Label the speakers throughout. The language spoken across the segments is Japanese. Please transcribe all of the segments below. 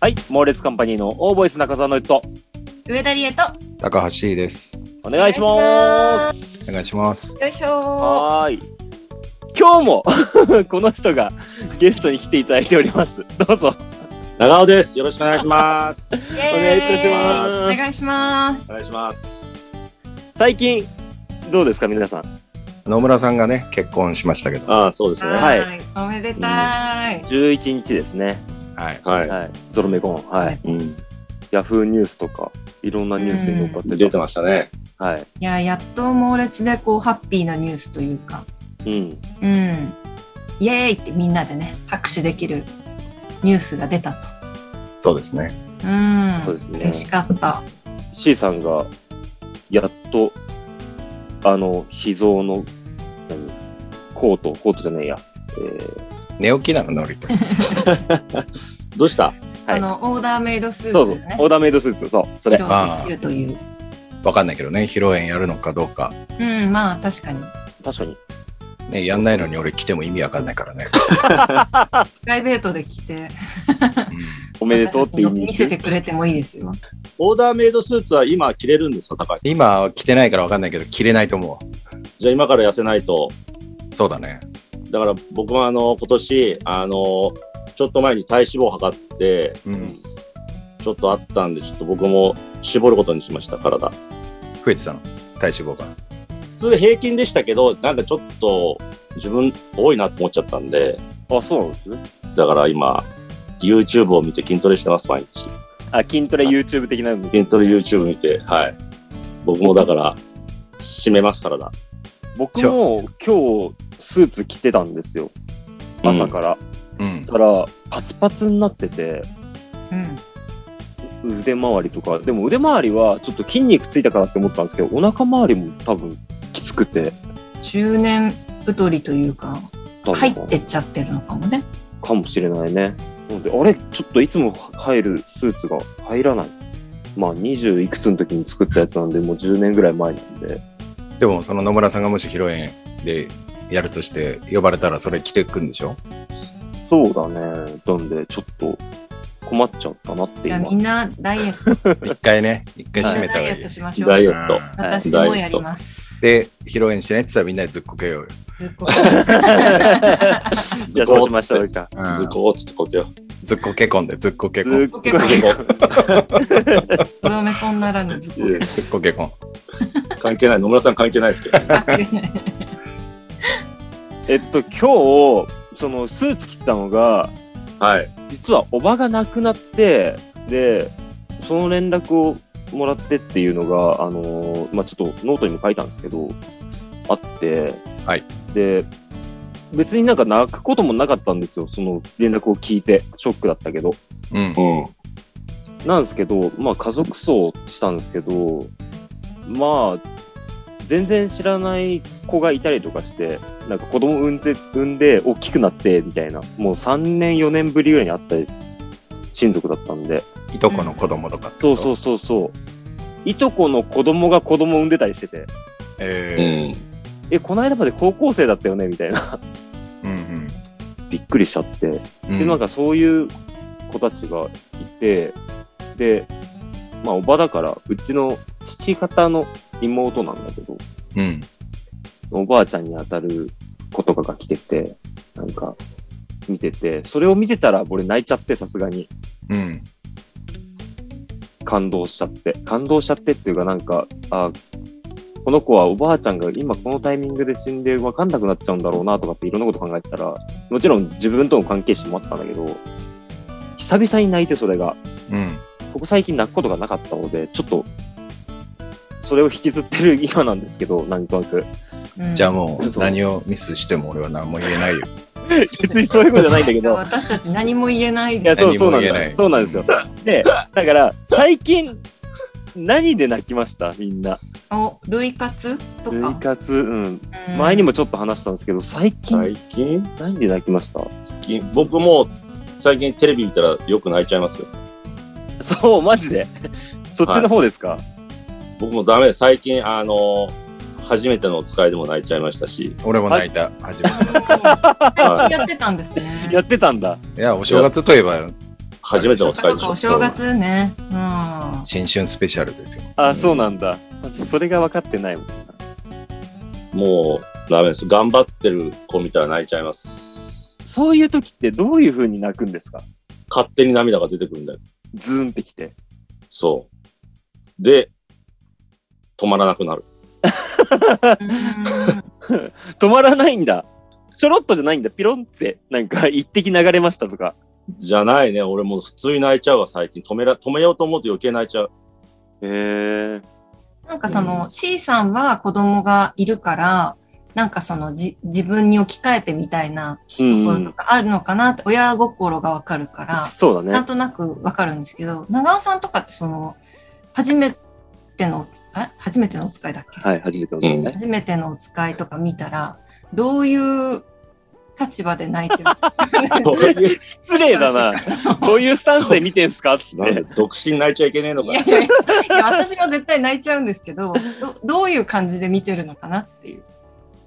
Speaker 1: はい、猛烈カンパニーのオーボイス中澤のゆと、
Speaker 2: 上田理恵と。
Speaker 3: 高橋です。
Speaker 1: お願いします。
Speaker 3: お願いします。
Speaker 2: よいしょ
Speaker 1: はーい。今日も この人がゲストに来ていただいております。どうぞ。
Speaker 4: 長尾です。よろしくお願いします。
Speaker 2: ー。お
Speaker 1: 願いいたします
Speaker 2: お願いします
Speaker 4: お。願いします。
Speaker 1: 最近、どうですか、皆さん。
Speaker 3: 野村さんがね、結婚しましたけど。
Speaker 4: ああ、そうですね。
Speaker 1: は
Speaker 4: はいい。
Speaker 2: い。おめでたい。
Speaker 1: 11日ですね。
Speaker 3: はい。
Speaker 4: はい。
Speaker 1: はい。ドロメコン。はい。
Speaker 4: うん、
Speaker 1: ヤフーニュースとか、いろんなニュースに乗っかって
Speaker 4: 出てましたね。
Speaker 1: た。はい。
Speaker 2: いや、やっと猛烈でこう、ハッピーなニュースというか、
Speaker 1: うん。
Speaker 2: うん。イエーイってみんなでね、拍手できるニュースが出たと。
Speaker 3: そうですね。
Speaker 2: うん。
Speaker 1: そうですね
Speaker 2: 嬉しかった。
Speaker 1: C さんが、やっと、あの、秘蔵の、何コート、コートじゃねえや。えー
Speaker 3: 寝起きなの、 ノリ。
Speaker 4: どうした
Speaker 1: はい
Speaker 2: あの、オーダーメイドス
Speaker 1: そ
Speaker 2: ー
Speaker 1: うそ
Speaker 2: ツ
Speaker 1: う
Speaker 2: がね、、
Speaker 1: オーダーメイドスーツ、そう、そ
Speaker 2: 披露
Speaker 1: れ。
Speaker 2: できるという。
Speaker 3: わかんないけどね、披露宴やるのかどうか。
Speaker 2: うん、まあ確かに。
Speaker 1: 確かに。
Speaker 3: ね、やんないのに俺来ても意味わかんないからね。
Speaker 2: プライベートで来て、
Speaker 1: おめでとうって意
Speaker 2: 私
Speaker 1: 味
Speaker 2: に見せてくれてもいいですよ。
Speaker 4: オーダーメイドスーツは今着れるんですか高橋さん。
Speaker 3: 今は着てないからわかんないけど、着れないと思
Speaker 4: じゃあ今から痩せないと。
Speaker 3: う。そうだね。
Speaker 4: だから僕もあの、今年、あの、ちょっと前に体脂肪測って、
Speaker 3: うん。
Speaker 4: ちょっとあったんで、ちょっと僕も絞ることにしました、体。
Speaker 3: 増えてたの。体脂肪が。
Speaker 4: 普通平均でしたけど、なんかちょっと自分多いなって思っちゃったんで、
Speaker 1: あ、そうなんですね。
Speaker 4: だから今、YouTube を見て筋トレしてます、毎日。
Speaker 1: あ、筋トレ YouTube 的なの
Speaker 4: 筋トレ YouTube 見て、はい。僕もだから、締めます、体。
Speaker 1: 僕も今日スーツ着てたんですよ。朝から。
Speaker 3: うん
Speaker 1: だ。から、パツパツになってて、
Speaker 2: うん。
Speaker 1: 腕周りとか、でも腕周りはちょっと筋肉ついたかなって思ったんですけど、お腹周りも多分きつくて、
Speaker 2: 中年太りというか、
Speaker 1: 多
Speaker 2: 入
Speaker 1: 分
Speaker 2: ってっちゃってるのかもね。
Speaker 1: かもしれないね。なので、あれちょっといつも入るスーツが入らない。まあ、20いくつの時に作ったやつなんで、もう10年ぐらい前なんで。
Speaker 3: でも、その野村さんがもし披露宴でやるとして、呼ばれたらそれ着てくんでし ょ
Speaker 1: そうだね。なんで、ちょっと困っちゃったなっ
Speaker 2: い
Speaker 1: て
Speaker 2: や、
Speaker 1: 今。
Speaker 2: みんなダイエット、
Speaker 3: 一回ね、一回
Speaker 2: ダ
Speaker 3: 締めた方
Speaker 2: イ
Speaker 3: が
Speaker 2: エ
Speaker 3: いい
Speaker 2: ット。しましょ
Speaker 4: ダ
Speaker 2: う。
Speaker 4: イエット。
Speaker 3: うん
Speaker 2: 私もやります。
Speaker 3: で、披露宴しないって言ったらみんなでずっこけようよ。
Speaker 2: ずっこけ。
Speaker 1: じゃあそうしましょうか。
Speaker 4: ずっこーっつってこけよ。
Speaker 3: ずっこけこんで、ずっこけこん。
Speaker 1: ず
Speaker 3: ず
Speaker 1: っ
Speaker 2: こ
Speaker 1: こ
Speaker 2: け
Speaker 1: け
Speaker 2: こ
Speaker 1: こ
Speaker 4: ずっ
Speaker 2: 黒目こんならぬずっこ
Speaker 4: こ
Speaker 3: っこけこん。
Speaker 4: 関係ない。野村さん関係ないですけど。
Speaker 2: け。
Speaker 1: えっと、今日、そのスーツ着てたのが、
Speaker 4: はい。
Speaker 1: 実はおばが亡くなって、で、その連絡をもらってっていうのが、あのーまあ、ちょっとノートにも書いたんですけど、あって、
Speaker 3: はい。
Speaker 1: で、別になんか泣くこともなかったんですよ。その連絡を聞いて、ショックだったけど。
Speaker 3: うん。
Speaker 4: うん。
Speaker 1: なんですけど、まあ家族葬したんですけど、まあ、全然知らない子がいたりとかして、なんか子供産んで、産んで大きくなって、みたいな、もう3年、4年ぶりぐらいに会った親族だったんで、
Speaker 3: いとこの子供とかって
Speaker 1: そ
Speaker 3: こ
Speaker 1: う
Speaker 3: と
Speaker 1: そうそうそう。いとこの子供が子供産んでたりしてて、
Speaker 4: う
Speaker 3: え
Speaker 4: ん。
Speaker 1: え、この間まで高校生だったよねみたいな。
Speaker 3: ーうん
Speaker 1: びっくりしちゃって。
Speaker 3: うんうん
Speaker 1: で、なんかそういう子たちがいて、で、まあ、おばだから、うちの父方の妹なんだけど、
Speaker 3: うん
Speaker 1: おばあちゃんに当たる子とかが来てて、なんか、見てて、それを見てたら、俺泣いちゃって、さすがに。
Speaker 3: うん
Speaker 1: 感動しちゃって。感動しちゃってっていうか、なんか、あこの子はおばあちゃんが今このタイミングで死んで分かんなくなっちゃうんだろうなとかっていろんなこと考えてたら、もちろん自分との関係者もあったんだけど、久々に泣いてそれが、
Speaker 3: うん
Speaker 1: ここ最近泣くことがなかったので、ちょっと、それを引きずってる今なんですけど、なんとなく。
Speaker 2: うん
Speaker 3: じゃあも
Speaker 1: そうう
Speaker 3: 何をミスしても俺は何も言えないよ。
Speaker 1: 別にそういうことじゃないんだけ
Speaker 2: いや
Speaker 1: ど、
Speaker 2: 私たち何も言えない
Speaker 1: い
Speaker 2: で
Speaker 1: や、
Speaker 2: す。
Speaker 1: そう、そうなん
Speaker 3: 何も言え
Speaker 1: で
Speaker 3: ない
Speaker 1: すそうなんですよ。 で、だから、最近、何で泣きましたみんな。
Speaker 2: お、類活と
Speaker 1: 類
Speaker 2: か。
Speaker 1: 活、うん。
Speaker 2: うん
Speaker 1: 前にもちょっと話したんですけど、最近、
Speaker 4: 最近
Speaker 1: 何で泣きました
Speaker 4: 僕も最近テレビ見たらよく泣いちゃいますよ。
Speaker 1: そう、マジで。そっちの方ですか、
Speaker 4: 僕もダメです。最近、あの、初めてのお使いでも泣いちゃいましたし。
Speaker 3: 俺も泣いた、初め
Speaker 2: 最近やってたんです
Speaker 1: や
Speaker 2: ね。
Speaker 1: ってたんだ。
Speaker 3: て。いや、お正月といえば
Speaker 4: 初めてのお
Speaker 2: そ
Speaker 4: つ
Speaker 2: っ
Speaker 4: か
Speaker 2: か
Speaker 4: り
Speaker 2: そっ
Speaker 4: でし
Speaker 2: か
Speaker 4: ょ
Speaker 2: お正月ね。うん。
Speaker 3: 新春スペシャルですよ。
Speaker 1: あ、そうなんだ。それが分かってないもんな。
Speaker 4: もう、ダメです。頑張ってる子見たら泣いちゃいます。
Speaker 1: そういう時ってどういう風に泣くんですか
Speaker 4: 勝手に涙が出てくるんだよ。
Speaker 1: ズーンってきて。
Speaker 4: そう。で、止まらなくなる。
Speaker 1: 止まらないんだ。ちょろっとじゃないんだ。ピロンって、なんか、 一滴流れましたとか。
Speaker 4: じゃないね。俺もう普通に泣いちゃうわ、最近。止めら、止めようと思うと余計泣 いちゃう。
Speaker 1: へえ。
Speaker 2: なんかその、C さんは子供がいるから、なんかそのじ自分に置き換えてみたいな
Speaker 1: う
Speaker 2: と
Speaker 1: ん
Speaker 2: こ
Speaker 1: う
Speaker 2: ろと
Speaker 1: ん。
Speaker 2: かあるのかなって、親心がわかるから、
Speaker 1: そうだ
Speaker 2: な
Speaker 1: ね。
Speaker 2: んとなくわかるんですけど、長尾さんとかってその、初めての、え初めてのお使いだっけ
Speaker 1: はい、初めてのですね。
Speaker 2: 初めてのお使いとか見たら、どういう立場で泣いてる
Speaker 4: そういう
Speaker 1: 失礼だな。こういうスタンスで見てんすかつっ
Speaker 4: なん
Speaker 1: て
Speaker 4: で。独身泣いちゃいけねえの
Speaker 2: い
Speaker 4: か
Speaker 2: や
Speaker 4: よ。
Speaker 2: いやいや私も絶対泣いちゃうんですけどど、どういう感じで見てるのかなっていう。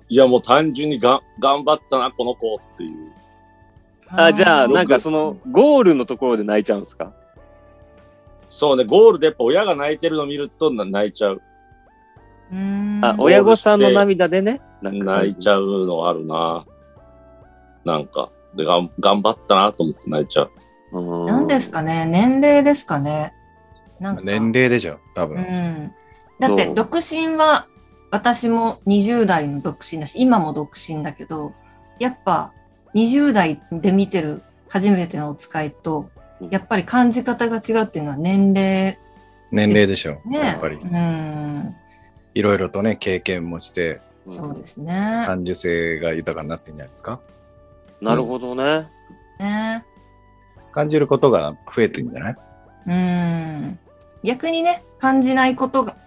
Speaker 4: いや、もう単純にが頑張ったな、この子っていう。
Speaker 1: あ、じゃあ、
Speaker 2: ー
Speaker 1: なんかその、ゴールのところで泣いちゃうんですか
Speaker 4: そうね、ゴールでやっぱ親が泣いてるの見るとな泣いちゃう。
Speaker 2: うーん
Speaker 1: あ、親御さんの涙でね。
Speaker 4: 泣いち
Speaker 1: ゃ
Speaker 4: ゃうのあるな。なんか、でがん頑張ったなと思って泣いちゃう。
Speaker 1: う。
Speaker 2: 何ですかね年齢ですかねなんか
Speaker 3: 年齢でしょ、多分。
Speaker 2: うん。だって
Speaker 1: そう
Speaker 2: 独身は私も20代の独身だし今も独身だけどやっぱ20代で見てる初めてのお使いと
Speaker 1: うん
Speaker 2: やっぱり感じ方が違うっていうのは年齢
Speaker 3: 年齢でしょ、
Speaker 2: ね。
Speaker 3: やっぱり。
Speaker 2: うん
Speaker 3: いろいろとね、経験もして、
Speaker 2: そうですね。
Speaker 3: 感受性が豊かになってんじゃないですか。
Speaker 1: なるほどね。
Speaker 2: ね
Speaker 3: 感じることが増えてんじゃない
Speaker 2: うん逆にね感じないことが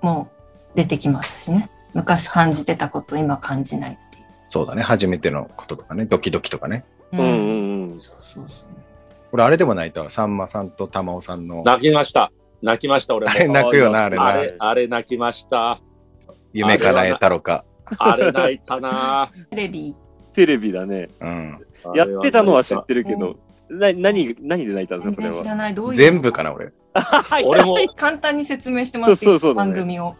Speaker 2: もう出てきますしね昔感じてたこと今感じないっていう。
Speaker 3: そうだね、初めてのこととかね、ドキドキとかね。
Speaker 1: うんうんうん。
Speaker 2: そうそうそう。
Speaker 3: 俺、あれでも泣いたわ、さんまさんと玉尾さんの、
Speaker 4: 泣きました。泣きました、俺
Speaker 3: あれ
Speaker 4: も。
Speaker 3: 泣くよな、あ
Speaker 1: あ
Speaker 3: れ
Speaker 4: あ
Speaker 1: な
Speaker 4: れ、あれ泣きました。
Speaker 3: 夢叶えたろか。
Speaker 4: あれ泣い たな。
Speaker 2: テレビ
Speaker 1: テレビだね。
Speaker 3: うん、
Speaker 1: やってたのは知っ
Speaker 4: あ
Speaker 1: てるけど、な何何で泣いたんで
Speaker 2: 全
Speaker 1: すか、それ
Speaker 2: 然知
Speaker 1: は。
Speaker 2: らないどういう
Speaker 3: 全部かな、俺。
Speaker 4: れは泣いた。俺も、
Speaker 2: 簡単に説明してもらっていい
Speaker 1: そうそうそうだね
Speaker 2: 番組を。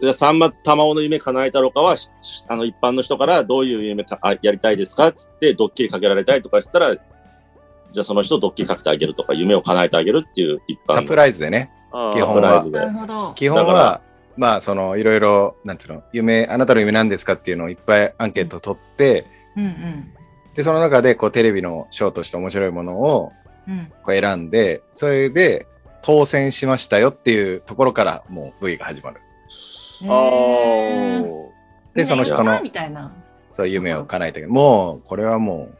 Speaker 4: いやさんま玉緒の夢叶えたろかは、ししあの、一般の人からどういう夢かあやりたいですかつって、ドッキリかけられたりとかしたら、じゃあその人をドッキリかけてあげるとか、夢を叶えてあげるっていう一般
Speaker 3: サ
Speaker 4: の
Speaker 3: プライズでね。
Speaker 1: あー
Speaker 3: 基
Speaker 4: サ
Speaker 3: 本
Speaker 4: プ
Speaker 3: は
Speaker 4: ライズ
Speaker 2: な
Speaker 4: で
Speaker 2: る。ほど。
Speaker 3: 基本
Speaker 4: だか
Speaker 3: は
Speaker 4: ら、
Speaker 3: まあ、その、いろいろ、なんつうの、夢、あなたの夢なんですかっていうのをいっぱいアンケート取って、
Speaker 2: うんうん
Speaker 3: で、その中で、こう、テレビのショーとして面白いものを
Speaker 2: うん。
Speaker 3: こう選んで、それで、当選しましたよっていうところから、もう V が始まる。
Speaker 1: あー
Speaker 3: で、その人の
Speaker 2: みたいな。
Speaker 3: そう夢を叶えたけど、もう、これはもう、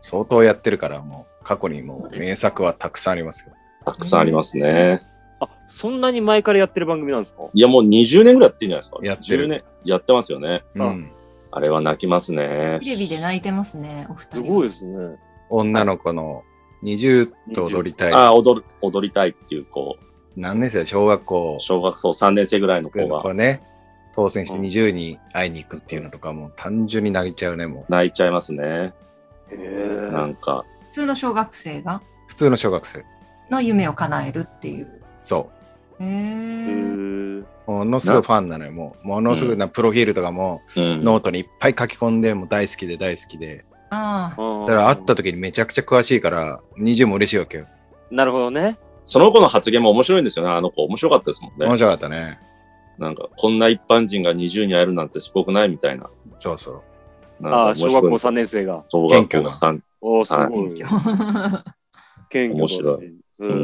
Speaker 3: 相当やってるから、もう、過去にもう、名作はたくさんありますよ。
Speaker 4: たくさんありますね。
Speaker 1: あ、そんなに前からやってる番組なんですか
Speaker 4: いや、もう20年ぐらいやってんじゃないですか。
Speaker 3: やってる
Speaker 4: 10年やってますよね。
Speaker 3: うん。
Speaker 4: あれは泣きますね
Speaker 2: テ。レビで泣いてますね、お二
Speaker 1: す
Speaker 2: 人。
Speaker 1: ごいですね。
Speaker 3: 女の子の20と踊りたい。
Speaker 4: ああ、踊る、踊りたいっていう子、
Speaker 3: 何年生だ小学校。
Speaker 4: 小学校3年生ぐらいの子が
Speaker 3: ね、当選して20に会いに行くっていうのとかも、単純に泣いちゃうね、もう。
Speaker 4: 泣いちゃいますね。
Speaker 1: へ
Speaker 4: な
Speaker 1: え。
Speaker 4: んか、
Speaker 2: 普通の小学生が
Speaker 3: 普通の小学生。
Speaker 2: の夢を叶えるっていう。
Speaker 3: そ
Speaker 2: へ
Speaker 1: へ
Speaker 2: え。
Speaker 1: ー
Speaker 3: う。ものすごいファンなのよ、もう。ものすごいな、プロフィールとかも、
Speaker 4: うん。
Speaker 3: ノートにいっぱい書き込んで、もう大好きで大好きで。
Speaker 2: ああ。
Speaker 1: だ
Speaker 3: だから会った時にめちゃくちゃ詳しいから、20も嬉しいわけよ。
Speaker 1: なるほどね。
Speaker 4: その子の発言も面白いんですよね。あの子、面白かったですもん
Speaker 3: 面
Speaker 4: ね。
Speaker 3: 白かったね。
Speaker 4: なんか、こんな一般人が20に会えるなんてすごくないみたいな。
Speaker 3: そうそう。
Speaker 4: なんか
Speaker 1: ああ、
Speaker 4: 面白
Speaker 1: 小
Speaker 4: い
Speaker 1: 学校3年生が。
Speaker 4: 小
Speaker 3: 謙
Speaker 4: 学
Speaker 3: 虚
Speaker 4: 校
Speaker 3: な
Speaker 4: が三
Speaker 1: おお、す
Speaker 4: はい
Speaker 1: ごい。謙虚
Speaker 4: 面白
Speaker 1: い。うー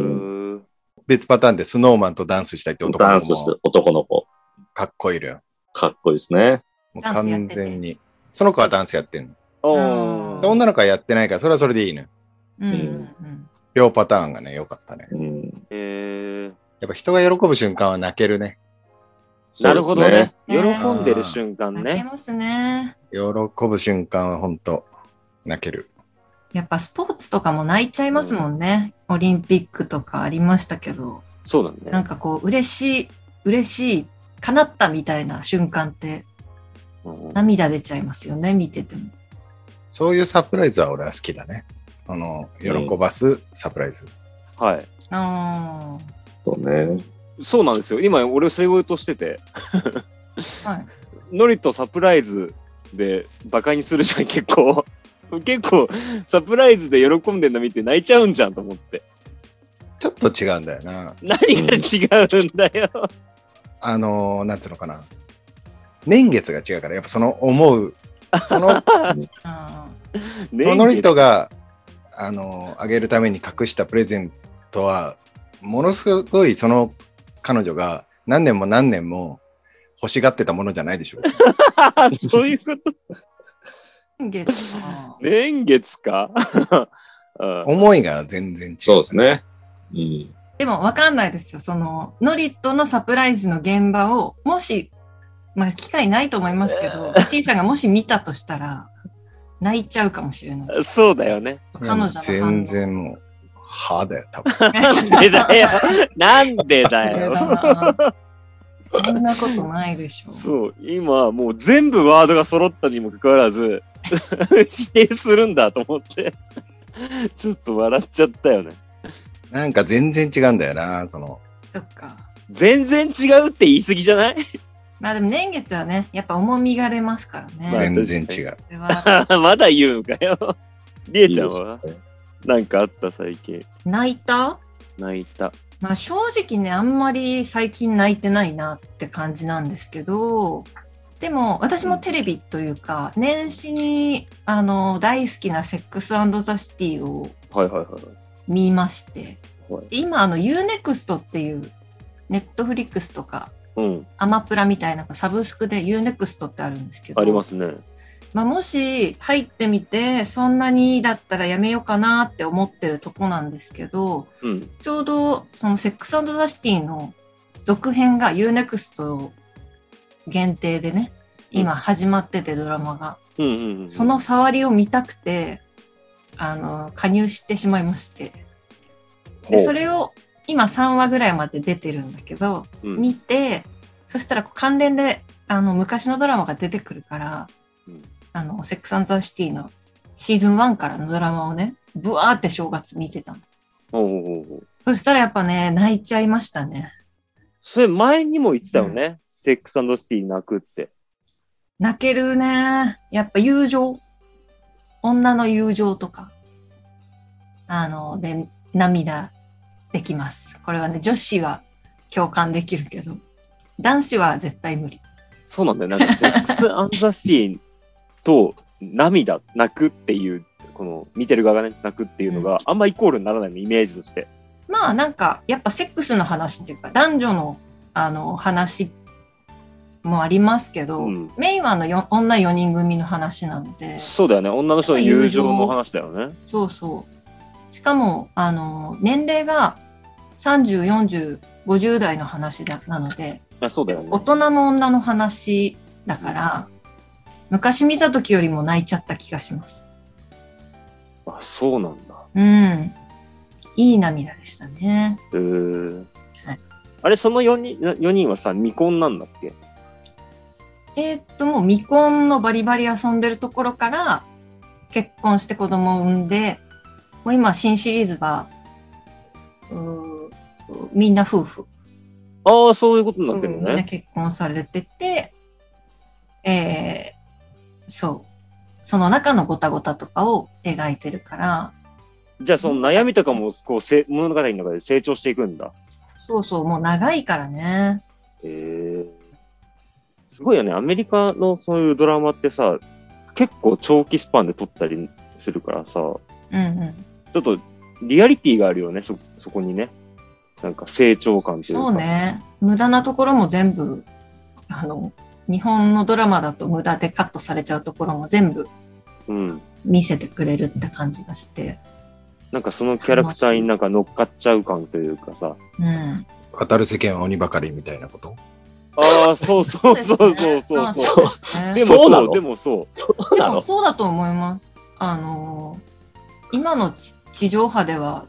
Speaker 1: ん
Speaker 3: 別パターンでスノーマンとダンスしたいって男
Speaker 4: ダ
Speaker 3: の
Speaker 4: ンス
Speaker 3: 子
Speaker 4: して
Speaker 3: も
Speaker 4: る男の子。
Speaker 3: かっこいいのよ。
Speaker 4: かっこいいですね。
Speaker 3: もう
Speaker 2: ダンスやって
Speaker 3: 完
Speaker 2: て
Speaker 3: 全に。その子はダンスやってんの。
Speaker 1: お
Speaker 3: で
Speaker 1: ー
Speaker 3: 女の子はやってないから、それはそれでいいのよ。
Speaker 2: うんうん
Speaker 3: 両パターンがね、良かったね。
Speaker 4: うん。
Speaker 1: へー
Speaker 3: やっぱ人が喜ぶ瞬間は泣けるね。
Speaker 1: なるほどね。
Speaker 2: そ
Speaker 1: 喜
Speaker 2: うですね
Speaker 1: んでる瞬間
Speaker 2: うん。泣け
Speaker 1: ね。
Speaker 2: ますね。
Speaker 3: 喜ぶ瞬間は本当泣ける。
Speaker 2: やっぱスポーツとかも泣いちゃいますもんね。オリンピックとかありましたけど、
Speaker 1: そうだ
Speaker 2: な
Speaker 1: ね。
Speaker 2: んかこう、嬉しい、嬉しい、叶ったみたいな瞬間って
Speaker 1: うん
Speaker 2: 涙出ちゃいますよね、見てても。
Speaker 3: そういうサプライズは俺は好きだね。その、喜ばすサプライズ。
Speaker 1: は
Speaker 2: あ
Speaker 4: そうね。
Speaker 1: い。そうなんですよ。今、俺、それを言おうとしてて、
Speaker 2: あ。はい。
Speaker 1: ノリとサプライズでバカにするじゃん、結構。結構、サプライズで喜んでるの見て泣いちゃうんじゃんと思って。
Speaker 3: ちょっと違うんだよな。
Speaker 1: 何が違うんだよ。
Speaker 3: あのーなんつうのかな。年月が違うから、やっぱその思う、その、
Speaker 2: あー
Speaker 3: そ
Speaker 1: ね
Speaker 3: の人が、あのーあげるために隠したプレゼントは、ものすごいその彼女が何年も何年も欲しがってたものじゃないで しょう。
Speaker 1: そういうこと。
Speaker 2: 年月か。
Speaker 1: 年月か あ
Speaker 3: 思いが全然違う。
Speaker 4: そうです。ね。うん。
Speaker 2: でも分かんないですよ。その、ノリットのサプライズの現場を、もし、まあ、機会ないと思いますけど、C さんがもし見たとしたら、泣いちゃうかもしれない。
Speaker 1: そうだよね。
Speaker 2: 彼女の反応
Speaker 3: 全然もう、歯だよ、多分。
Speaker 1: なんでだ よ。なんでだよ。
Speaker 2: そんなことないでしょ。
Speaker 1: そう、今もう全部ワードが揃ったにもかかわらず、 否定するんだと思って、ちょっと笑っちゃったよね。
Speaker 3: なんか全然違うんだよな、その、
Speaker 2: そっか。
Speaker 1: 全然違うって言い過ぎじゃない
Speaker 2: まあでも年月はね、やっぱ重みが出ますから
Speaker 1: まあ
Speaker 2: ね。
Speaker 3: 全然違う。
Speaker 2: それは
Speaker 1: まだ言うのかよ。りえちゃん
Speaker 4: い
Speaker 1: はい
Speaker 4: ですね
Speaker 1: なんかあった最近。
Speaker 2: 泣いた
Speaker 1: 泣いた。
Speaker 2: まあ正直ね、あんまり最近泣いてないなって感じなんですけど、でも私もテレビというか、年始にあの大好きなセックスザシティを
Speaker 1: はいはいはい。
Speaker 2: 見まして、
Speaker 1: はい
Speaker 2: で今あの UNEXT っていうネットフリックスとか
Speaker 1: うん、
Speaker 2: アマプラみたいなサブスクで UNEXT ってあるんですけど、
Speaker 1: ありますね。
Speaker 2: まあ、もし入ってみてそんなにだったらやめようかなって思ってるとこなんですけど
Speaker 1: うん。
Speaker 2: ちょうどその「セックスザ・シティ」の続編が UNEXT 限定でね今始まっててドラマが、
Speaker 1: うんうんうん。
Speaker 2: その触りを見たくてあの加入してしまいまして
Speaker 1: ほう、
Speaker 2: でそれを今3話ぐらいまで出てるんだけど
Speaker 1: うん、
Speaker 2: 見て、そしたらこう関連であの昔のドラマが出てくるから、
Speaker 1: うん
Speaker 2: あのセックスザ・シティのシーズン1からのドラマをねぶわーって正月見てたの
Speaker 1: ほうほうほうほう
Speaker 2: そしたらやっぱね泣いちゃいましたね
Speaker 1: それ前にも言ってたよね。セックスシティ泣くって。
Speaker 2: 泣けるねやっぱ友情女の友情とかあので涙できますこれはね女子は共感できるけど男子は絶対無理
Speaker 1: そうなんだよ。 なんか、セックス・アン・ザ・シティと涙、泣くっていう、この見てる側がね、泣くっていうのが、あんまイコールにならないの、イメージとして。
Speaker 2: まあなんかやっぱセックスの話っていうか男女のあの話もありますけど、
Speaker 1: うん
Speaker 2: メインはあのよ女4人組の話なので
Speaker 1: そうだよね。女の人の友情の話だよね。
Speaker 2: そうそうしかもあの年齢が304050代の話だなので
Speaker 1: あそうだよね。
Speaker 2: 大人の女の話だから昔見た時よりも泣いちゃった気がします
Speaker 1: あ、そうなんだ。
Speaker 2: うんいい涙でしたね
Speaker 1: えー
Speaker 2: はい
Speaker 1: あれ、その4人、4人はさ、未婚なんだっけ
Speaker 2: えーっと、もう未婚のバリバリ遊んでるところから、結婚して子供を産んで、もう今新シリーズは、うーみんな夫婦、
Speaker 1: ああ、そういうことになってるの
Speaker 2: うんみんな
Speaker 1: ね。
Speaker 2: 結婚されてて、えーそう。その中のごたごたとかを描いてるから、
Speaker 1: じゃあ、その悩みとかも、こう、せ物語の中で成長していくんだ。
Speaker 2: そうそう、もう長いからね。
Speaker 1: えーすごいよね。アメリカのそういうドラマってさ、結構長期スパンで撮ったりするからさ、ちょ
Speaker 2: うんうん。
Speaker 1: っとリアリティがあるよね、そ、そこにね。なんか成長感というか。
Speaker 2: そう。ね。無駄なところも全部、あの、日本のドラマだと無駄でカットされちゃうところも全部
Speaker 1: うん。
Speaker 2: 見せてくれるって感じがして、
Speaker 1: なんかそのキャラクターになんか乗っかっちゃう感というかさ。
Speaker 2: うん、
Speaker 3: 渡る世間は鬼ばかりみたいなこと。
Speaker 1: ああ、そう そうそうそう
Speaker 2: ま
Speaker 1: そうそ
Speaker 2: あ
Speaker 1: う。
Speaker 2: そう
Speaker 1: で
Speaker 2: です
Speaker 1: も
Speaker 2: ね
Speaker 4: そうな
Speaker 1: そ
Speaker 4: の
Speaker 1: う、でもそ
Speaker 4: そう
Speaker 2: で
Speaker 4: な
Speaker 2: も
Speaker 4: の
Speaker 2: そうだと思います。あのー今の地地上波では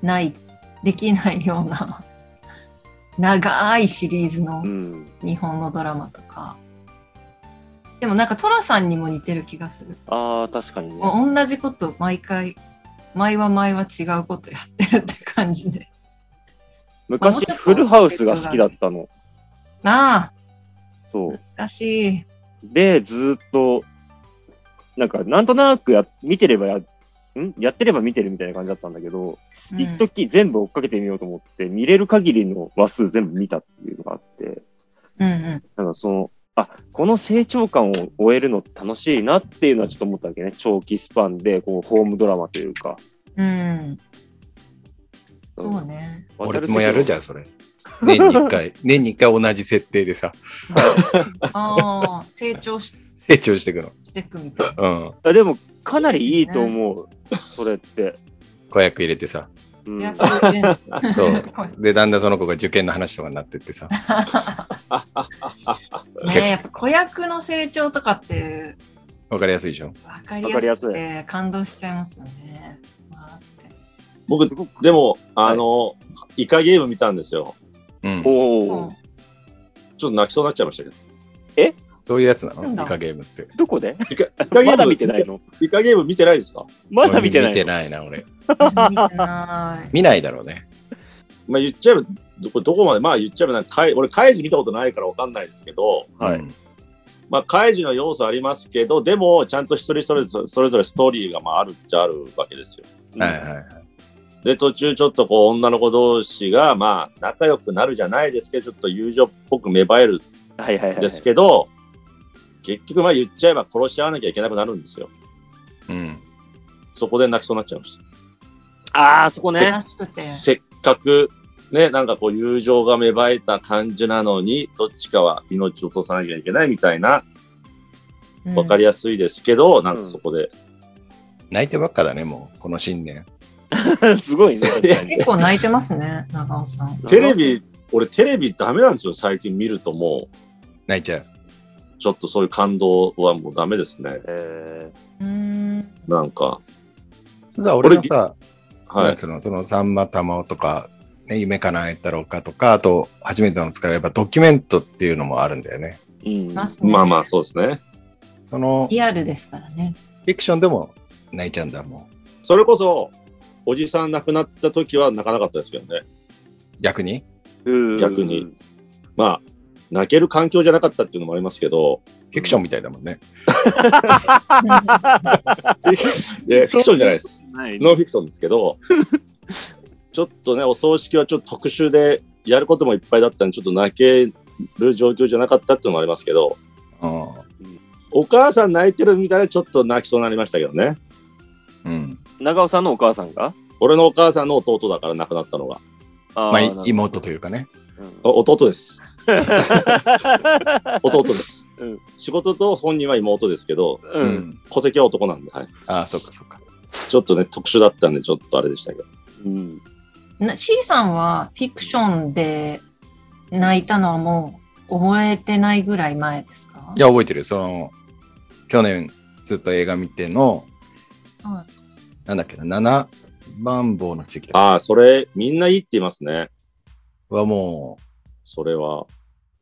Speaker 2: ないできないような長いシリーズの
Speaker 1: う。うん。
Speaker 2: 日本のドラマとか、でもなんか寅さんにも似てる気がする。
Speaker 1: ああ、確かにね。
Speaker 2: もう同じこと毎回毎は毎は違うことやってるって感じで。もう
Speaker 1: 昔、
Speaker 2: ちょっと
Speaker 1: フルハウスが好きだったの。
Speaker 2: なあ、
Speaker 1: そう。
Speaker 2: 懐かしい。
Speaker 1: で、ずーっと、なんか、なんとなくや見てればや、んやってれば見てるみたいな感じだったんだけど、
Speaker 2: うん
Speaker 1: 一時全部追っかけてみようと思って、見れる限りの話数全部見たっていうのがあって、
Speaker 2: うんうん。
Speaker 1: なんかその、あ、この成長感を終えるの楽しいなっていうのはちょっと思ったわけね。長期スパンで、こう、ホームドラマというか。
Speaker 2: うん。そうね。
Speaker 3: 俺もやるじ
Speaker 1: ゃん。
Speaker 3: ゃん、それ。年に一回、年に一回同じ設定でさ、
Speaker 2: ああ、成長し
Speaker 3: 成長していくの。
Speaker 2: してくみたいな。
Speaker 3: うん。
Speaker 1: あでも、かなりいいと思う。それって。
Speaker 3: 子役入れて さ。
Speaker 1: うん、
Speaker 2: やってるね
Speaker 3: そう。で、だんだんその子が受験の話とかになってっ てさ。
Speaker 2: ねえやっぱ子役の成長とかって
Speaker 3: わかりやすいでしょ
Speaker 2: 分かりやすくて感動しちゃいますよね。わーって
Speaker 4: 僕
Speaker 1: すごく
Speaker 4: でもあの、イカゲーム見たんですよ
Speaker 3: うん。
Speaker 1: おお、
Speaker 4: ちょっと泣きそうになっちゃいましたけど
Speaker 3: そういうやつな
Speaker 2: なんだ
Speaker 3: のイカゲームって。
Speaker 1: どこで
Speaker 4: イカイカゲーム
Speaker 1: まだ見てない の
Speaker 4: イカゲーム見てないですか
Speaker 1: まだ見てない
Speaker 3: 見
Speaker 1: の
Speaker 3: てないな、俺。
Speaker 2: 私見てない。
Speaker 3: 見ないだろうね。
Speaker 4: まあ言っちゃえばどこどこまでまあ言っちゃえばなんかかい俺カイジ見たことないからわかんないですけど
Speaker 1: はい
Speaker 3: うん
Speaker 4: まあカイジの要素ありますけどでもちゃんと一人それぞれそれぞれストーリーがまああるっちゃあるわけですよ
Speaker 3: はいはいはい。
Speaker 4: で途中ちょっとこう女の子同士がまあ仲良くなるじゃないですけどちょっと友情っぽく芽生える
Speaker 1: はいはいは
Speaker 4: ん
Speaker 1: い。
Speaker 4: ですけど、結局まあ言っちゃえば殺し合わなきゃいけなくなるんですよ
Speaker 3: うん。
Speaker 4: そこで泣きそうになっちゃいました
Speaker 1: ああ、そこね。
Speaker 2: 悲しくて。
Speaker 4: せっかくねなんかこう友情が芽生えた感じなのにどっちかは命を落とさなきゃいけないみたいなわかりやすいですけど、なんかそこで、
Speaker 3: 泣いてばっかだね、もう、この新年。
Speaker 1: すご いね。確か
Speaker 2: うん
Speaker 1: に
Speaker 2: 結構泣いてますね、長尾さん。
Speaker 4: テレビ俺テレビダメなんですよ最近見るとも
Speaker 3: 泣いちゃう。
Speaker 4: うちょっとそういう感動はもうダメですね
Speaker 1: え
Speaker 2: うーん。
Speaker 4: なんか
Speaker 3: そうさ、俺のさ、
Speaker 4: は
Speaker 3: ないんつうの、その、さんまたまおとか、ね、夢叶えたろうかとか、あと、初めての使いばドキュメントっていうのもあるんだよね。
Speaker 1: ーうん。
Speaker 2: ますね。
Speaker 4: まあまあそうですね
Speaker 3: その、フ
Speaker 2: リアルですからね。
Speaker 3: ィクションでも泣いちゃうんだ、もう。
Speaker 4: それこそおじさん亡くなった時は泣かなかったですけどね
Speaker 3: 逆に
Speaker 1: うん
Speaker 4: 逆に。まあ泣ける環境じゃなかったっていうのもありますけど
Speaker 3: フィクションみたいだもんね。
Speaker 4: いやフィクションじゃないです
Speaker 1: ない
Speaker 4: ノンフィクションですけどちょっとねお葬式はちょっと特殊でやることもいっぱいだったんでちょっと泣ける状況じゃなかったっていうのもありますけど
Speaker 3: うん。
Speaker 4: お母さん泣いてるみたいでちょっと泣きそうになりましたけどね。
Speaker 3: うん。
Speaker 1: 長尾さんのお母さんが
Speaker 4: 俺のお母さんの弟だから亡くなったのが。
Speaker 1: あー
Speaker 3: まあ、
Speaker 1: ないるほど
Speaker 3: 妹というかね。
Speaker 1: うん
Speaker 4: お弟 です。弟です。
Speaker 1: うん
Speaker 4: 仕事と本人は妹ですけど、
Speaker 1: う。
Speaker 3: うんん
Speaker 4: 戸籍は男なんで、はい。
Speaker 3: ああ、そっかそっか。
Speaker 4: ちょっとね、特殊だったんで、ちょっとあれでしたけど。
Speaker 1: うん。
Speaker 2: な C さんはフィクションで泣いたのはもう覚えてないぐらい前ですか
Speaker 3: いや、覚えてるよ。その、去年ずっと映画見ての、
Speaker 2: はい
Speaker 3: なんだっけな、七番坊の奇跡だ
Speaker 4: ああ、それ、みんないいって言いますね。
Speaker 3: はも
Speaker 4: それは。
Speaker 3: う、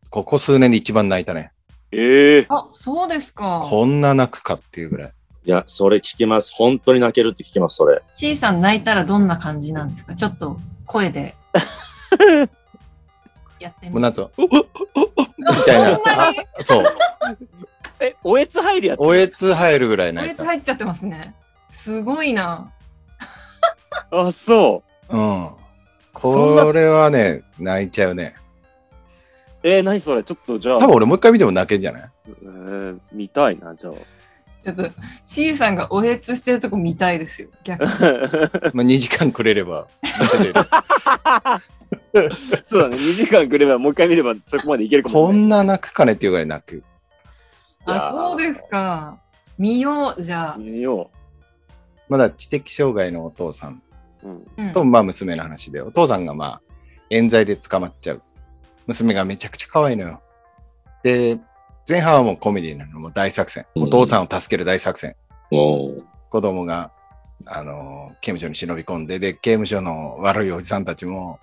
Speaker 3: ここ数年で一番泣いたね。
Speaker 1: ええ。
Speaker 2: あ、そうですか。
Speaker 3: こんな泣くかっていうぐらい。
Speaker 4: いや、それ聞きます。本当に泣けるって聞きます、それ。
Speaker 2: C さん泣いたらどんな感じなんですかちょっと声で。やって
Speaker 3: もう
Speaker 2: み
Speaker 3: な
Speaker 2: て。
Speaker 3: んつうの、おっおっおっおっみたい な
Speaker 2: そんなに。
Speaker 3: あそう。
Speaker 1: え、おえつ入るやつ
Speaker 3: おえつ入るぐらい
Speaker 2: こ
Speaker 3: 泣い
Speaker 2: いつ
Speaker 3: た。
Speaker 2: 入っちゃってますね。すごいな。
Speaker 1: あ、そ
Speaker 3: うん。これはね、泣いちゃうね。
Speaker 1: う。えー、何それちょっとじゃあ、
Speaker 3: 多分俺もう一回見ても泣けんじ ゃない
Speaker 1: えー見たいな、じゃあ。
Speaker 2: ちょっと C さんがおえつしてるとこ見たいですよ。逆に。
Speaker 3: まあ、2時間くれれば見せれ る。
Speaker 1: そうだね、2時間くればもう一回見ればそこまでいけるかもし
Speaker 3: こ
Speaker 1: れない。
Speaker 3: んな泣くかねっていうぐらい泣く。
Speaker 4: い
Speaker 2: あ、
Speaker 4: やー
Speaker 2: そうですか。見よう、じゃあ。
Speaker 1: 見よ
Speaker 3: まだ知的障害のお父さん
Speaker 1: う。うん。
Speaker 2: うん
Speaker 3: と、まあ、娘の話で、お父さんがまあ、冤罪で捕まっちゃう。娘がめちゃくちゃ可愛いのよ。で、前半はもうコメディなの、もう大作戦。
Speaker 4: うん
Speaker 3: お父さんを助ける大作戦。
Speaker 4: おー
Speaker 3: 子供が、あのー刑務所に忍び込んで、で、刑務所の悪いおじさんたちも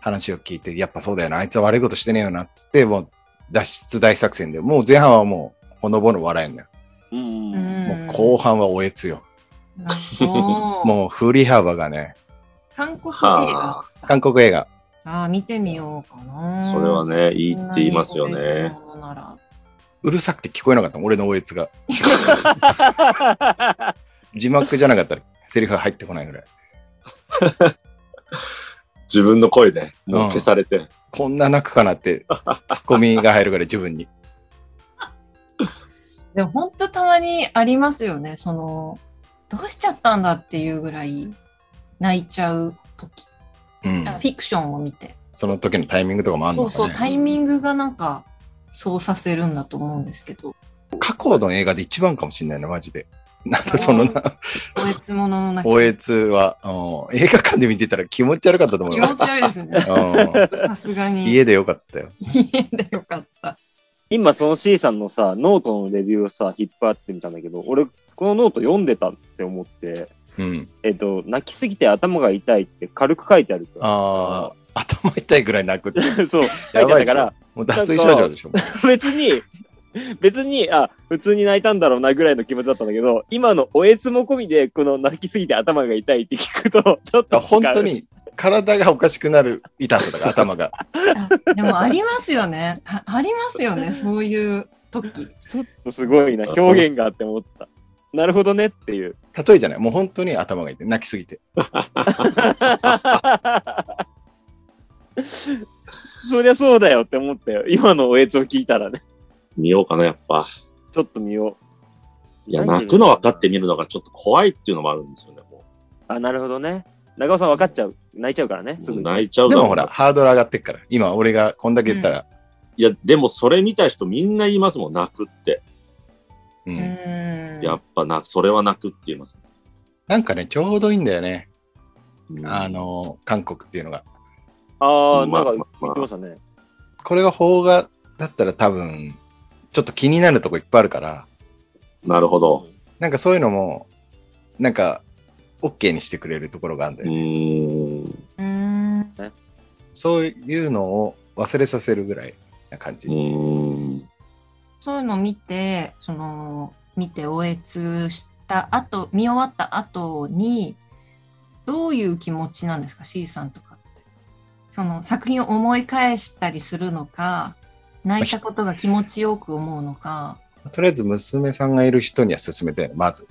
Speaker 3: 話を聞いて、やっぱそうだよな、あいつは悪いことしてねえよな、っつって、もう脱出大作戦で、もう前半はもう、ほのぼの笑えんのよ。
Speaker 1: うん。
Speaker 2: うん
Speaker 3: もう後半はおえつよ。
Speaker 2: なるほど
Speaker 3: もう振り幅がね、
Speaker 2: 韓国映画。
Speaker 4: は
Speaker 3: 韓国映画。
Speaker 2: ああ、見てみようかな。
Speaker 4: あ、それは
Speaker 2: ね、
Speaker 4: ね、いいって言いますよね。。
Speaker 2: なら
Speaker 3: うるさくて聞こえなかったの俺の応援 が。字幕じゃなかったらセリフが入ってこないぐらい。
Speaker 4: 自分の声で、もう消されて。
Speaker 3: こんな泣くかなって、ツッコミが入るぐらい自分に。
Speaker 2: でも本当たまにありますよね。その、どうしちゃったんだっていうぐらい泣いちゃう時。
Speaker 3: うん
Speaker 2: あ。フィクションを見て。
Speaker 3: その時のタイミングとかもある
Speaker 2: そ
Speaker 3: の
Speaker 2: うそう、
Speaker 3: か
Speaker 2: タ
Speaker 3: ね。
Speaker 2: イミングがなんか、そうさせるんだと思うんですけ ど、
Speaker 3: 過去の映画で一番かもしれないな、マジで。なんかその
Speaker 2: あおえつものの中
Speaker 3: 応援は、うん映画館で見てたら気持ち悪かったと思う
Speaker 2: 気
Speaker 3: よ
Speaker 2: 持ち悪いです ね。
Speaker 3: う
Speaker 2: さすが
Speaker 3: ん
Speaker 2: に。
Speaker 3: 家でよかったよ。
Speaker 2: 家でよかった。
Speaker 1: 今その C さんのさノートのレビューをさ引っ張ってみたんだけど俺このノート読んでたって思って
Speaker 3: うん。
Speaker 1: えっと泣きすぎて頭が痛いって軽く書いてあるから
Speaker 3: ああ、頭痛いぐらい泣くって。
Speaker 1: そう書い
Speaker 3: や
Speaker 1: てあ
Speaker 3: ば
Speaker 1: る
Speaker 3: いで
Speaker 1: か
Speaker 3: しょ
Speaker 1: ら。
Speaker 3: もう脱水症状でしょ。
Speaker 1: 別に別にあ普通に泣いたんだろうなぐらいの気持ちだったんだけど今のおえつも込みでこの泣きすぎて頭が痛いって聞くと ちょっと違う
Speaker 3: あ本当に体がおかしくなる痛さだから、頭が。
Speaker 2: あでもありますよね。あありますよね、そういう時。
Speaker 1: ちょっとすごいな表現があって思ったなるほどねっていう
Speaker 3: 例えじゃない。もう本当に頭が痛い。泣きすぎて。
Speaker 1: そりゃそうだよって思ったよ今のおえつを聞いたらね
Speaker 4: 見ようかな、やっぱ。
Speaker 1: ちょっと見よう
Speaker 4: いや、泣くの分かって見るのがちょっと怖いっていうのもあるんですよね。も
Speaker 1: あ、なるほどね。長尾さん分かっちゃう。泣いちゃうからね。
Speaker 4: う
Speaker 1: す
Speaker 4: も
Speaker 1: ぐに。
Speaker 4: う泣いちゃう
Speaker 3: で
Speaker 4: だろ
Speaker 3: も
Speaker 4: う
Speaker 3: ほ
Speaker 4: な
Speaker 3: ら、ハードル上がってっから。今、俺がこんだけ言ったら。
Speaker 4: いや、でもそれ見た人みんな言いますもん、泣くって。
Speaker 3: う
Speaker 2: うんーん。
Speaker 4: やっぱな、それは泣くって言います。
Speaker 3: なんかね、ちょうどいいんだよね。
Speaker 4: うん
Speaker 3: あ、の、韓国っていうのが。
Speaker 1: ああ、
Speaker 4: ま
Speaker 1: な
Speaker 4: あ
Speaker 1: んか
Speaker 4: ま
Speaker 1: 言
Speaker 4: あ
Speaker 1: ってま
Speaker 4: まあ
Speaker 1: したね。
Speaker 3: これが邦画だったら多分、ちょっと気になるとこいっぱいあるから、
Speaker 4: なるほど。
Speaker 3: なんかそういうのも、なんか、OK にしてくれるところがあるんだ
Speaker 4: う
Speaker 3: よね。
Speaker 4: ーん。
Speaker 2: うーん。
Speaker 3: そういうのを忘れさせるぐらいな感じ。
Speaker 4: うーん。
Speaker 2: そういうの見て、その、見て、応援した後、見終わった後に、どういう気持ちなんですか、C さんとかって。その作品を思い返したりするのか、泣いたことが気持ちよく思うのか。
Speaker 3: とりあえず娘さんがいる人には勧めたいの、まず。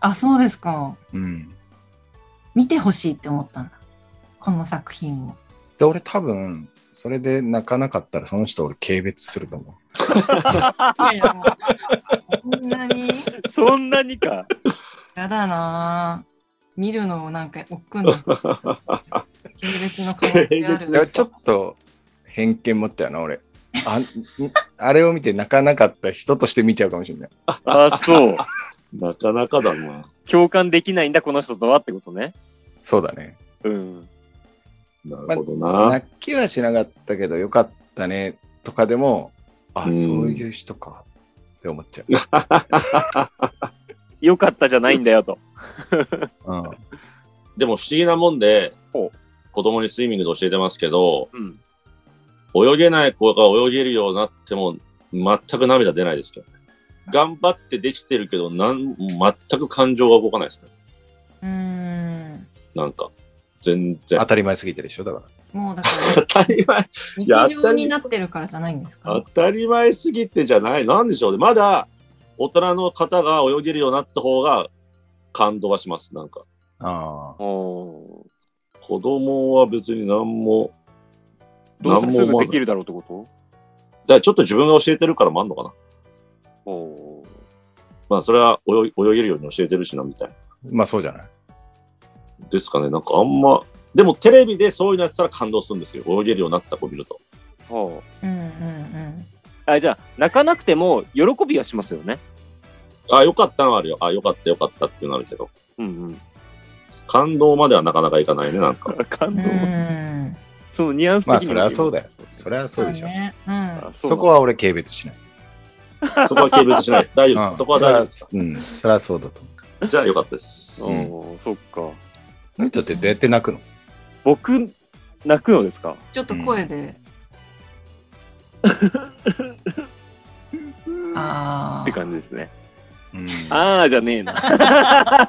Speaker 2: あ、そうですか。
Speaker 3: うん。
Speaker 2: 見てほしいって思ったんだ。この作品を。
Speaker 3: で、俺多分、それで泣かなかったらその人俺軽蔑すると思
Speaker 2: い やいやもうこんなに
Speaker 1: そんなにか。
Speaker 2: やだなぁ見るのもなんか億劫 な軽蔑の可能性あ
Speaker 4: 軽
Speaker 3: う。
Speaker 4: そ
Speaker 3: いう
Speaker 2: る
Speaker 4: 蔑
Speaker 3: や、ちょっと偏見持ったよな、俺。あん あれを見て泣かなかった人として見ちゃうかもしれない。
Speaker 1: ああ、そう。
Speaker 4: なかなかだな。
Speaker 1: 共感できないんだ、この人とはってことね。
Speaker 3: そうだね。
Speaker 1: うん。
Speaker 4: な
Speaker 3: ま
Speaker 4: るほど
Speaker 3: あ
Speaker 4: な。
Speaker 3: 泣きはしなかったけどよかったねとかでもあ
Speaker 4: う
Speaker 3: そうんいう人かって思っちゃう、
Speaker 1: よかったじゃないんだよと。
Speaker 3: うん、
Speaker 4: でも不思議なもんで
Speaker 1: ほ、
Speaker 4: 子供にスイミングで教えてますけど、
Speaker 1: うん。
Speaker 4: 泳げない子が泳げるようになっても、全く涙出ないですけどね。頑張ってできてるけど、なん全く感情が動かないですね。
Speaker 2: うーん
Speaker 4: なんか、全然
Speaker 3: 当。たり前すぎてでしょだから
Speaker 2: もうだか
Speaker 4: 当たり前や
Speaker 2: ら日常になってるからじゃないんです
Speaker 4: 当
Speaker 2: か
Speaker 4: たり前すぎてじゃない、なんでしょうね、まだ大人の方が泳げるようになった方が感動はします、なんか。
Speaker 3: ああ
Speaker 1: お
Speaker 4: 子供は別に何も、
Speaker 1: どう
Speaker 4: 何
Speaker 1: せ
Speaker 4: も
Speaker 1: す
Speaker 4: 思
Speaker 1: ぐ
Speaker 4: わ
Speaker 1: で
Speaker 4: ず
Speaker 1: き
Speaker 4: だか
Speaker 1: るだろうってこ
Speaker 4: らちょっと自分が教えてるからもあんのかな。
Speaker 1: とお
Speaker 4: まあ、それは泳い泳げるように教えてるしな、みたいな。
Speaker 3: まあそうじゃない
Speaker 4: ですかね、なんかあんま、でもテレビでそういうのやってたら感動するんですよ、泳げるようになった子見ると。
Speaker 1: お。
Speaker 2: うんうんうん
Speaker 1: あ、じゃあ、泣かなくても喜びはしますよね。
Speaker 4: あ、よかったのはあるよ。あ、よかった、よかったってなるけど。
Speaker 1: うん
Speaker 4: 感動まではなかなかいかないね、なんか。
Speaker 1: うん。感
Speaker 2: う
Speaker 1: 動。
Speaker 2: ーん
Speaker 1: そのニュアンス的
Speaker 3: まあ
Speaker 1: に
Speaker 3: そ
Speaker 1: も
Speaker 3: れはそうだよそれはそうでし
Speaker 2: だ
Speaker 3: ょ
Speaker 2: ねうん
Speaker 1: あ
Speaker 3: そう
Speaker 1: なんだ
Speaker 3: こは俺軽蔑しない
Speaker 4: そこは軽蔑しないです。大丈夫
Speaker 3: う
Speaker 4: で
Speaker 3: ん
Speaker 4: す。そこは大丈夫です。
Speaker 3: それはうんそれはそうだと思う
Speaker 4: じゃあよかったです。
Speaker 3: うん
Speaker 1: おーそっか。
Speaker 3: の人ってどうやって泣くの
Speaker 1: 僕、泣くのですか
Speaker 2: ちょっと声であ
Speaker 1: って
Speaker 2: ー
Speaker 1: 感じですね。
Speaker 3: うん
Speaker 1: ああ、じゃねえな。
Speaker 2: あ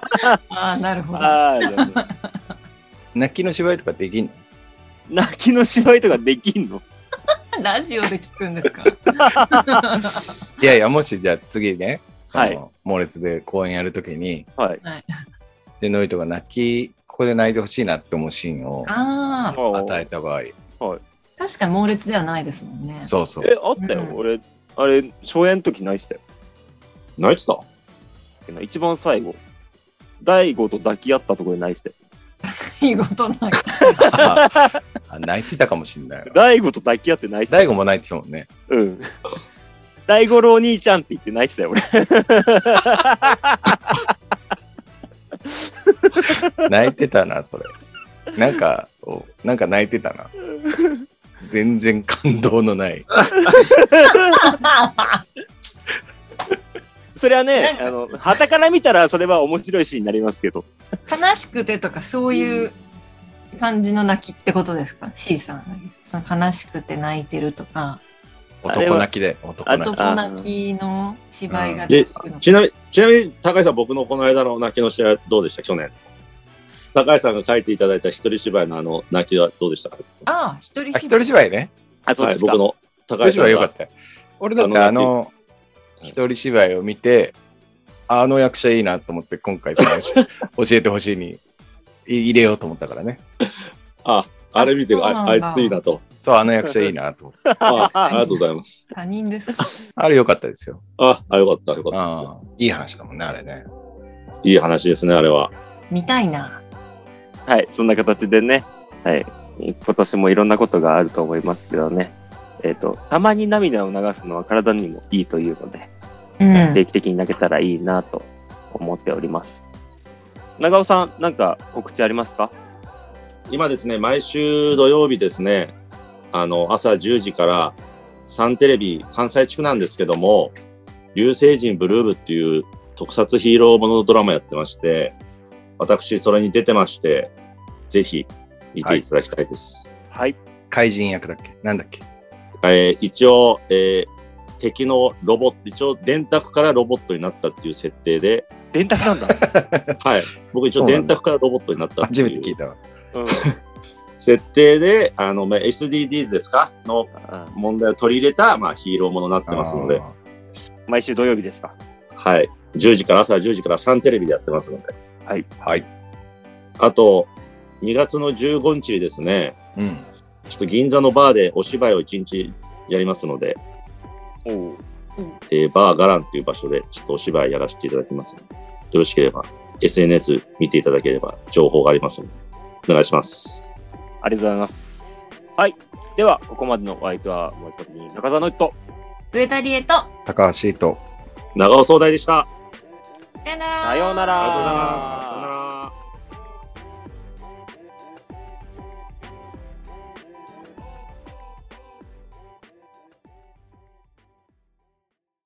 Speaker 2: ーなるほど
Speaker 1: ああ、じゃねえ。
Speaker 3: 泣きの芝居とかできんの
Speaker 1: 泣きの芝居とかできんの
Speaker 2: ラジオで聞くん ですか
Speaker 3: いやいや、もしじゃあ次ね、その、
Speaker 1: はい
Speaker 3: 猛烈で公演やるときに、
Speaker 1: はい。
Speaker 2: はい。
Speaker 3: で、ノイトが泣き、ここで泣いてほしいなって思うシーンを
Speaker 2: ああ、
Speaker 3: 与えた場合、
Speaker 2: 確かに猛烈ではないですもんね。
Speaker 3: そうそ う。
Speaker 1: え、あったよ。
Speaker 2: うん
Speaker 1: 俺、あれ、初演の時泣いてたよ
Speaker 4: 泣いてた
Speaker 1: 一番最後。大悟と抱き合ったところで泣いてたよ
Speaker 2: いいことない。
Speaker 3: あ泣いてたかもしんないわ。
Speaker 1: 大悟と抱き合って泣いてた
Speaker 3: 大
Speaker 1: よ。
Speaker 3: 悟も泣いてたもんね。
Speaker 1: うん。大五郎兄ちゃんって言って泣いてたよ、俺。
Speaker 3: 泣いてたな、それ。なんか、おなんか泣いてた な。全然感動のない。
Speaker 1: それはね
Speaker 2: なん、か
Speaker 1: あの、旗から見たらそれは面白いシーンになりますけど。
Speaker 2: 悲しくてとかそういう感じの泣きってことですか ?C さん。その悲しくて泣いてるとか、
Speaker 1: あれは
Speaker 3: 男泣きで、男泣
Speaker 1: あ
Speaker 3: き。
Speaker 2: 男泣きの芝居が
Speaker 4: で
Speaker 2: 出てくるのか。
Speaker 4: ちなみに、ちなみに高橋さん、僕のこの間の泣きの試合どうでした去年。高橋さんが書いていただいた一人芝居のあの泣きはどうでしたか
Speaker 2: ああ、一人
Speaker 3: あ、
Speaker 2: 芝居
Speaker 3: 一人芝居ね。
Speaker 1: あ、そう
Speaker 4: は
Speaker 1: で
Speaker 4: い、
Speaker 1: すか。
Speaker 4: 僕の
Speaker 3: 一
Speaker 4: 高
Speaker 3: 人
Speaker 4: 橋さ
Speaker 3: 芝居
Speaker 4: ん
Speaker 3: よかっ
Speaker 4: が。
Speaker 3: たよ。俺だってあの、一人芝居を見て、あの役者いいなと思って、今回そ の、教教えてほしいに入れようと思ったからね。
Speaker 4: あ、あれ見て、
Speaker 2: あそうなん
Speaker 4: あ
Speaker 2: だ
Speaker 4: あいついいなと。
Speaker 3: そう、あの役者いいなと思 って。
Speaker 4: あありがとうございます。
Speaker 2: 他人ですか
Speaker 3: あれ良かったですよ。
Speaker 4: あ、あよかった、よかったで
Speaker 3: ああいい話だもんね、あれね。
Speaker 4: すよ。いい話ですね、あれは。
Speaker 2: 見たいな。
Speaker 1: はい、そんな形でね、はい、今年もいろんなことがあると思いますけどね、えっ、と、たまに涙を流すのは体にもいいというので、
Speaker 2: うん
Speaker 1: 定期的に泣けたらいいなと思っております。長尾さん、なんか告知ありますか
Speaker 4: 今ですね、毎週土曜日ですね、あの、朝10時から、サンテレビ関西地区なんですけども、流星人ブルーブっていう特撮ヒーローものドラマやってまして、私、それに出てまして、ぜひ、見ていただきたいです。
Speaker 1: はい。
Speaker 3: 怪人役だっけなんだっけ
Speaker 4: えー一応、えー敵のロボット、一応、電卓からロボットになったっていう設定で、
Speaker 1: 電卓 なんだ。
Speaker 4: はい。僕一応電卓からロボットになったって
Speaker 3: 初めて
Speaker 4: い
Speaker 3: 聞
Speaker 4: う
Speaker 3: いたわ。
Speaker 1: うん。
Speaker 4: 設定で、あの、まあ SDGs ですかの
Speaker 1: あ
Speaker 4: 問題を取り入れた、まあ、ヒーローものになってますので
Speaker 3: あ、
Speaker 1: 毎週土曜日ですか。
Speaker 4: はい。10時から、朝10時からサンテレビでやってますので。
Speaker 3: ー。はい。
Speaker 4: あと、2月の15日にですね、
Speaker 3: うん。
Speaker 4: ちょっと銀座のバーでお芝居を1日やりますので、
Speaker 1: おお。
Speaker 4: えーバーガランという場所でちょっとお芝居やらせていただきますので、よろしければ SNS 見ていただければ情報がありますので、お願いします。
Speaker 1: ありがとうございます。はい。では、ここまでのお相手は、もう一人、中澤の人。
Speaker 2: 上田理恵と、
Speaker 3: 高橋と
Speaker 4: 長尾総大でした。
Speaker 2: さよなら。
Speaker 1: さような
Speaker 4: ありがとうござ
Speaker 1: ら
Speaker 4: いま。